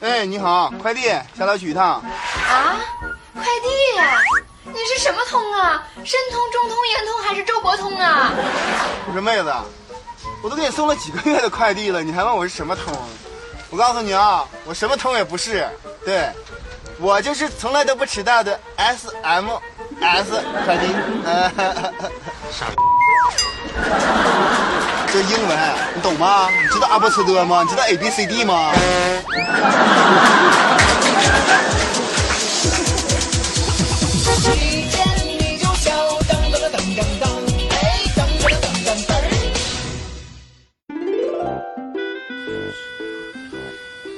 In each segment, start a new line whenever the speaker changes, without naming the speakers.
哎，你好，快递，下楼取一趟。
啊，快递呀、你是什么通啊？申通、中通、圆通还是周伯通啊？
我说妹子，啊我都给你送了几个月的快递了，你还问我是什么通？我告诉你啊，我什么通也不是，对，我就是从来都不迟到的 S M S 快递。
傻逼
这英文你懂吗？你知道阿波斯多吗？你知道 A B C D 吗？
时间你就笑，噔噔噔噔噔噔，哎，噔噔噔噔噔噔。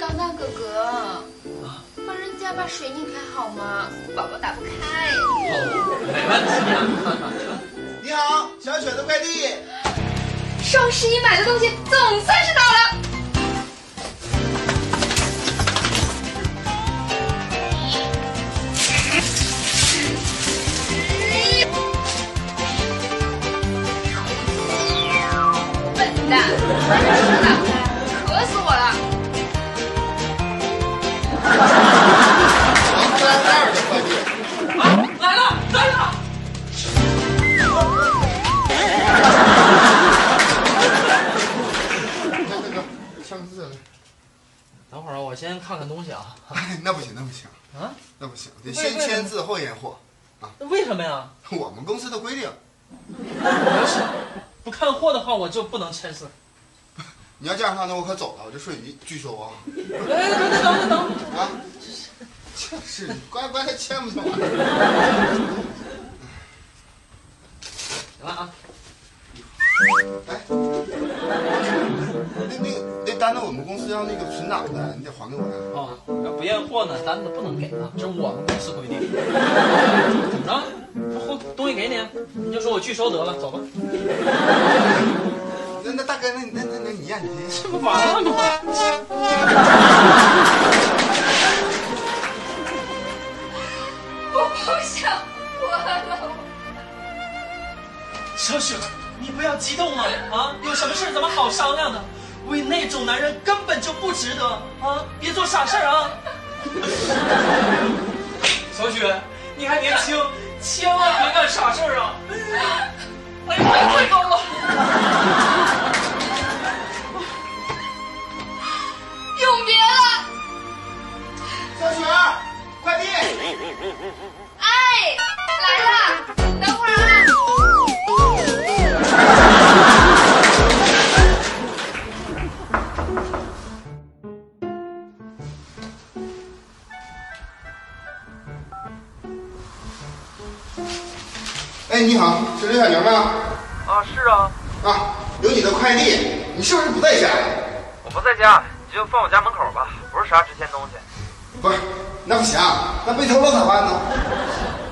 高大哥哥，帮人家把水拧开好吗？宝宝打不开。
你好，小雪的快递。
双十一买的东西总算是到了。笨蛋，真的打不开，渴死我了。
三二的快递。
来了来了！
大哥，哎上次了。
等会儿啊我先看看东西啊。
哎，那不行，那不行，
啊？
那不行，得
为
先
为什么
签字后验货，
那为什么呀？
我们公司的规定。
我要是不看货的话，我就不能签字。
你要这样的话，那我可走了，我这税你拒收啊！
哎，等等等等等，
啊，就是你乖乖的签不就完了？
行了啊。
哎，那那那单子我们公司让那个存档的，你得还给我呀。
哦，要不验货呢，单子不能给啊，这是我们公司规 定。怎么着？后东西给你，你就说我拒收得了，走吧。
那那大哥，那你那那那你呀，你先
这不完了吗？
我不想活了。
小雪，你不要激动啊啊！有什么事儿咱们好商量的。为那种男人根本就不值得啊！别做傻事儿啊！ 小雪，你还年轻，千万别干傻事儿啊！哎呀，太高了！
永别了，
小雪，快递，
哎，来了，等会儿啊。
哎，你好，是刘小宁吗？
啊，
哦
是啊，
啊，有你的快递，你是不是不在家呀？
我不在家，你就放我家门口吧，不是啥值钱东西。
不是，那不行，啊那被偷了咋办呢？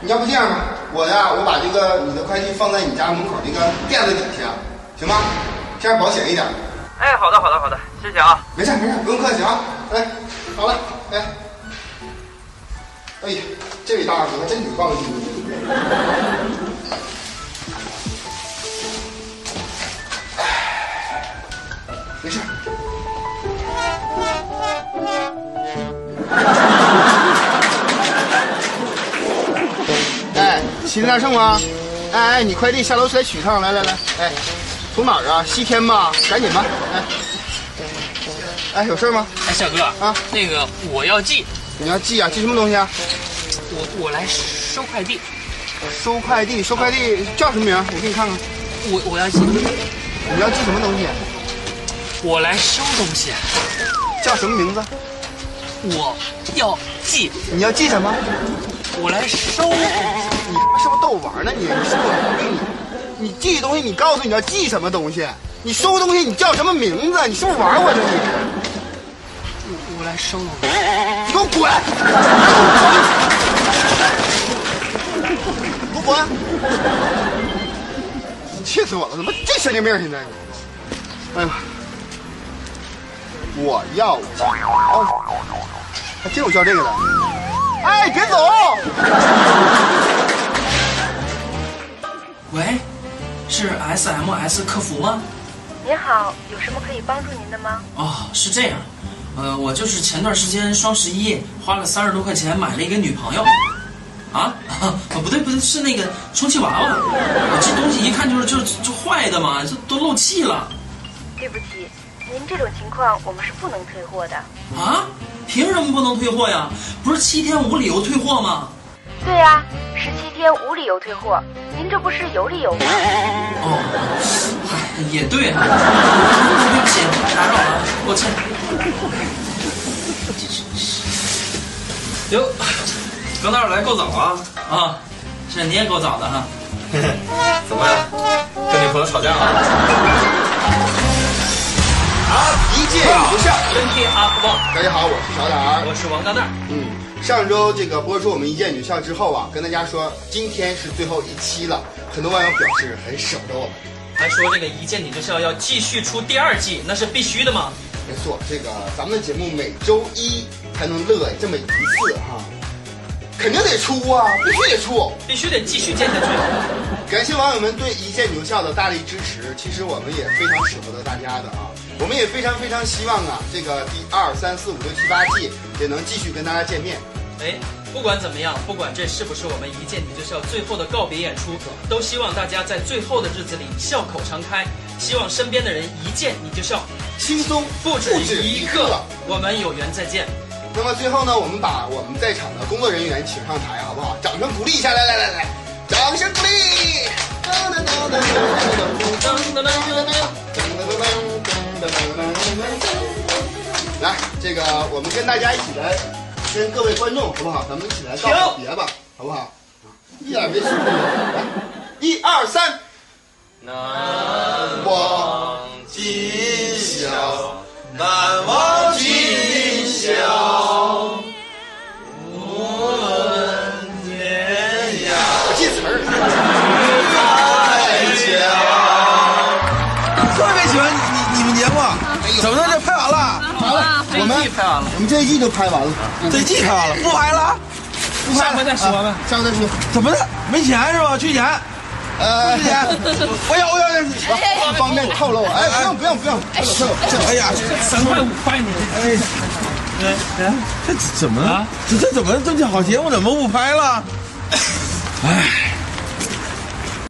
你要不这样吧，我呀，我把这个你的快递放在你家门口那个垫子底下，行吗？这样保险一点。
哎，好的，好的，好的，谢谢啊。
没事没事，不用客气啊。哎，好了，哎，哎呀，这位大哥真挺棒的。没事，哎，齐天大圣吗？哎哎，你快递下楼来取一趟，来来来，哎，从哪儿啊？西天吧，赶紧吧，哎，哎，有事儿吗？
哎，小哥
啊，
那个我要寄，
你要寄啊？寄什么东西啊？
我我来收快递，
收快递，收快递叫什么名儿？我给你看看。
我我要寄，
你要寄什么东西？
我来收东西，
叫什么名字？
我要寄，
你要寄什么？
我来收东西。
你是不是逗我玩呢？你你是不是有病？你你寄东西，你告诉你要寄什么东西？你收东西，你叫什么名字？你是不是玩我呢？你
我我来收东西。
你给我滚！给我滚！气死我了！怎么这神经病儿现在？哎呀，我要寄哦，还真有叫这个的。哎，别走！
喂，是 S M S 客服吗？
您好，有什么可以帮助您的吗？
哦，是这样，呃，我就是前段时间双十一花了三十多块钱买了一个女朋友。啊 啊，不对不对，是那个充气娃娃。我这东西一看就是就是就坏的嘛，这都漏气了
对不起，您这种情况我们是不能退货的。
啊！凭什么不能退货呀？不是七天无理由退货吗？
对呀、十七天无理由退货，您这不是有理由吗？
哦，哎，也对啊。对不起，打扰了，抱歉。 哟，葛大来够早啊啊！是你也够早的哈、
怎么样？跟女朋友吵架了？
一介不上。
真贴 up
大家好，我是小胆儿。
我是王大蛋儿。
嗯，上周这个播出我们一见女校之后啊，跟大家说今天是最后一期了，很多网友表示很舍得我们。
还说这个一见你就笑要继续出第二季，那是必须的嘛。
没错，这个咱们的节目每周一才能乐哎这么一次哈、肯定得出啊，必须得出。
必须得继续见下去。
感谢网友们对一见牛校的大力支持，其实我们也非常舍不得大家的啊，我们也非常非常希望啊，这个第二、三、四、五、六、七、八季也能继续跟大家见面。
哎，不管怎么样，不管这是不是我们一见你就笑最后的告别演出，都希望大家在最后的日子里笑口常开，希望身边的人一见你就笑，
轻松
不止一个。我们有缘再见。
那么最后呢，我们把我们在场的工作人员请上台，好不好？掌声鼓励一下，来来来来，掌声鼓励！噔噔噔噔噔噔噔噔噔噔噔噔噔噔。来，这个我们跟大家一起来，跟各位观众好不好？咱们一起来道别吧，好不好？一点没羞耻，来，一二三，难忘今宵。
难忘今宵。
我记词儿了。
特别喜欢你你们节目，怎么的？这拍完了，
好了，我们拍完了，我们这一季都拍完了，
这一季拍完了，不拍了？
不 拍了，下回再说呗，下回再说。
怎么的？没钱是吧？缺钱，
呃
缺，钱！我要我要！
不方便透露，哎，不用不用不用，透露透露。
哎呀，
三块五块你
这怎么？这这怎么这么好节目怎么不拍了？哎，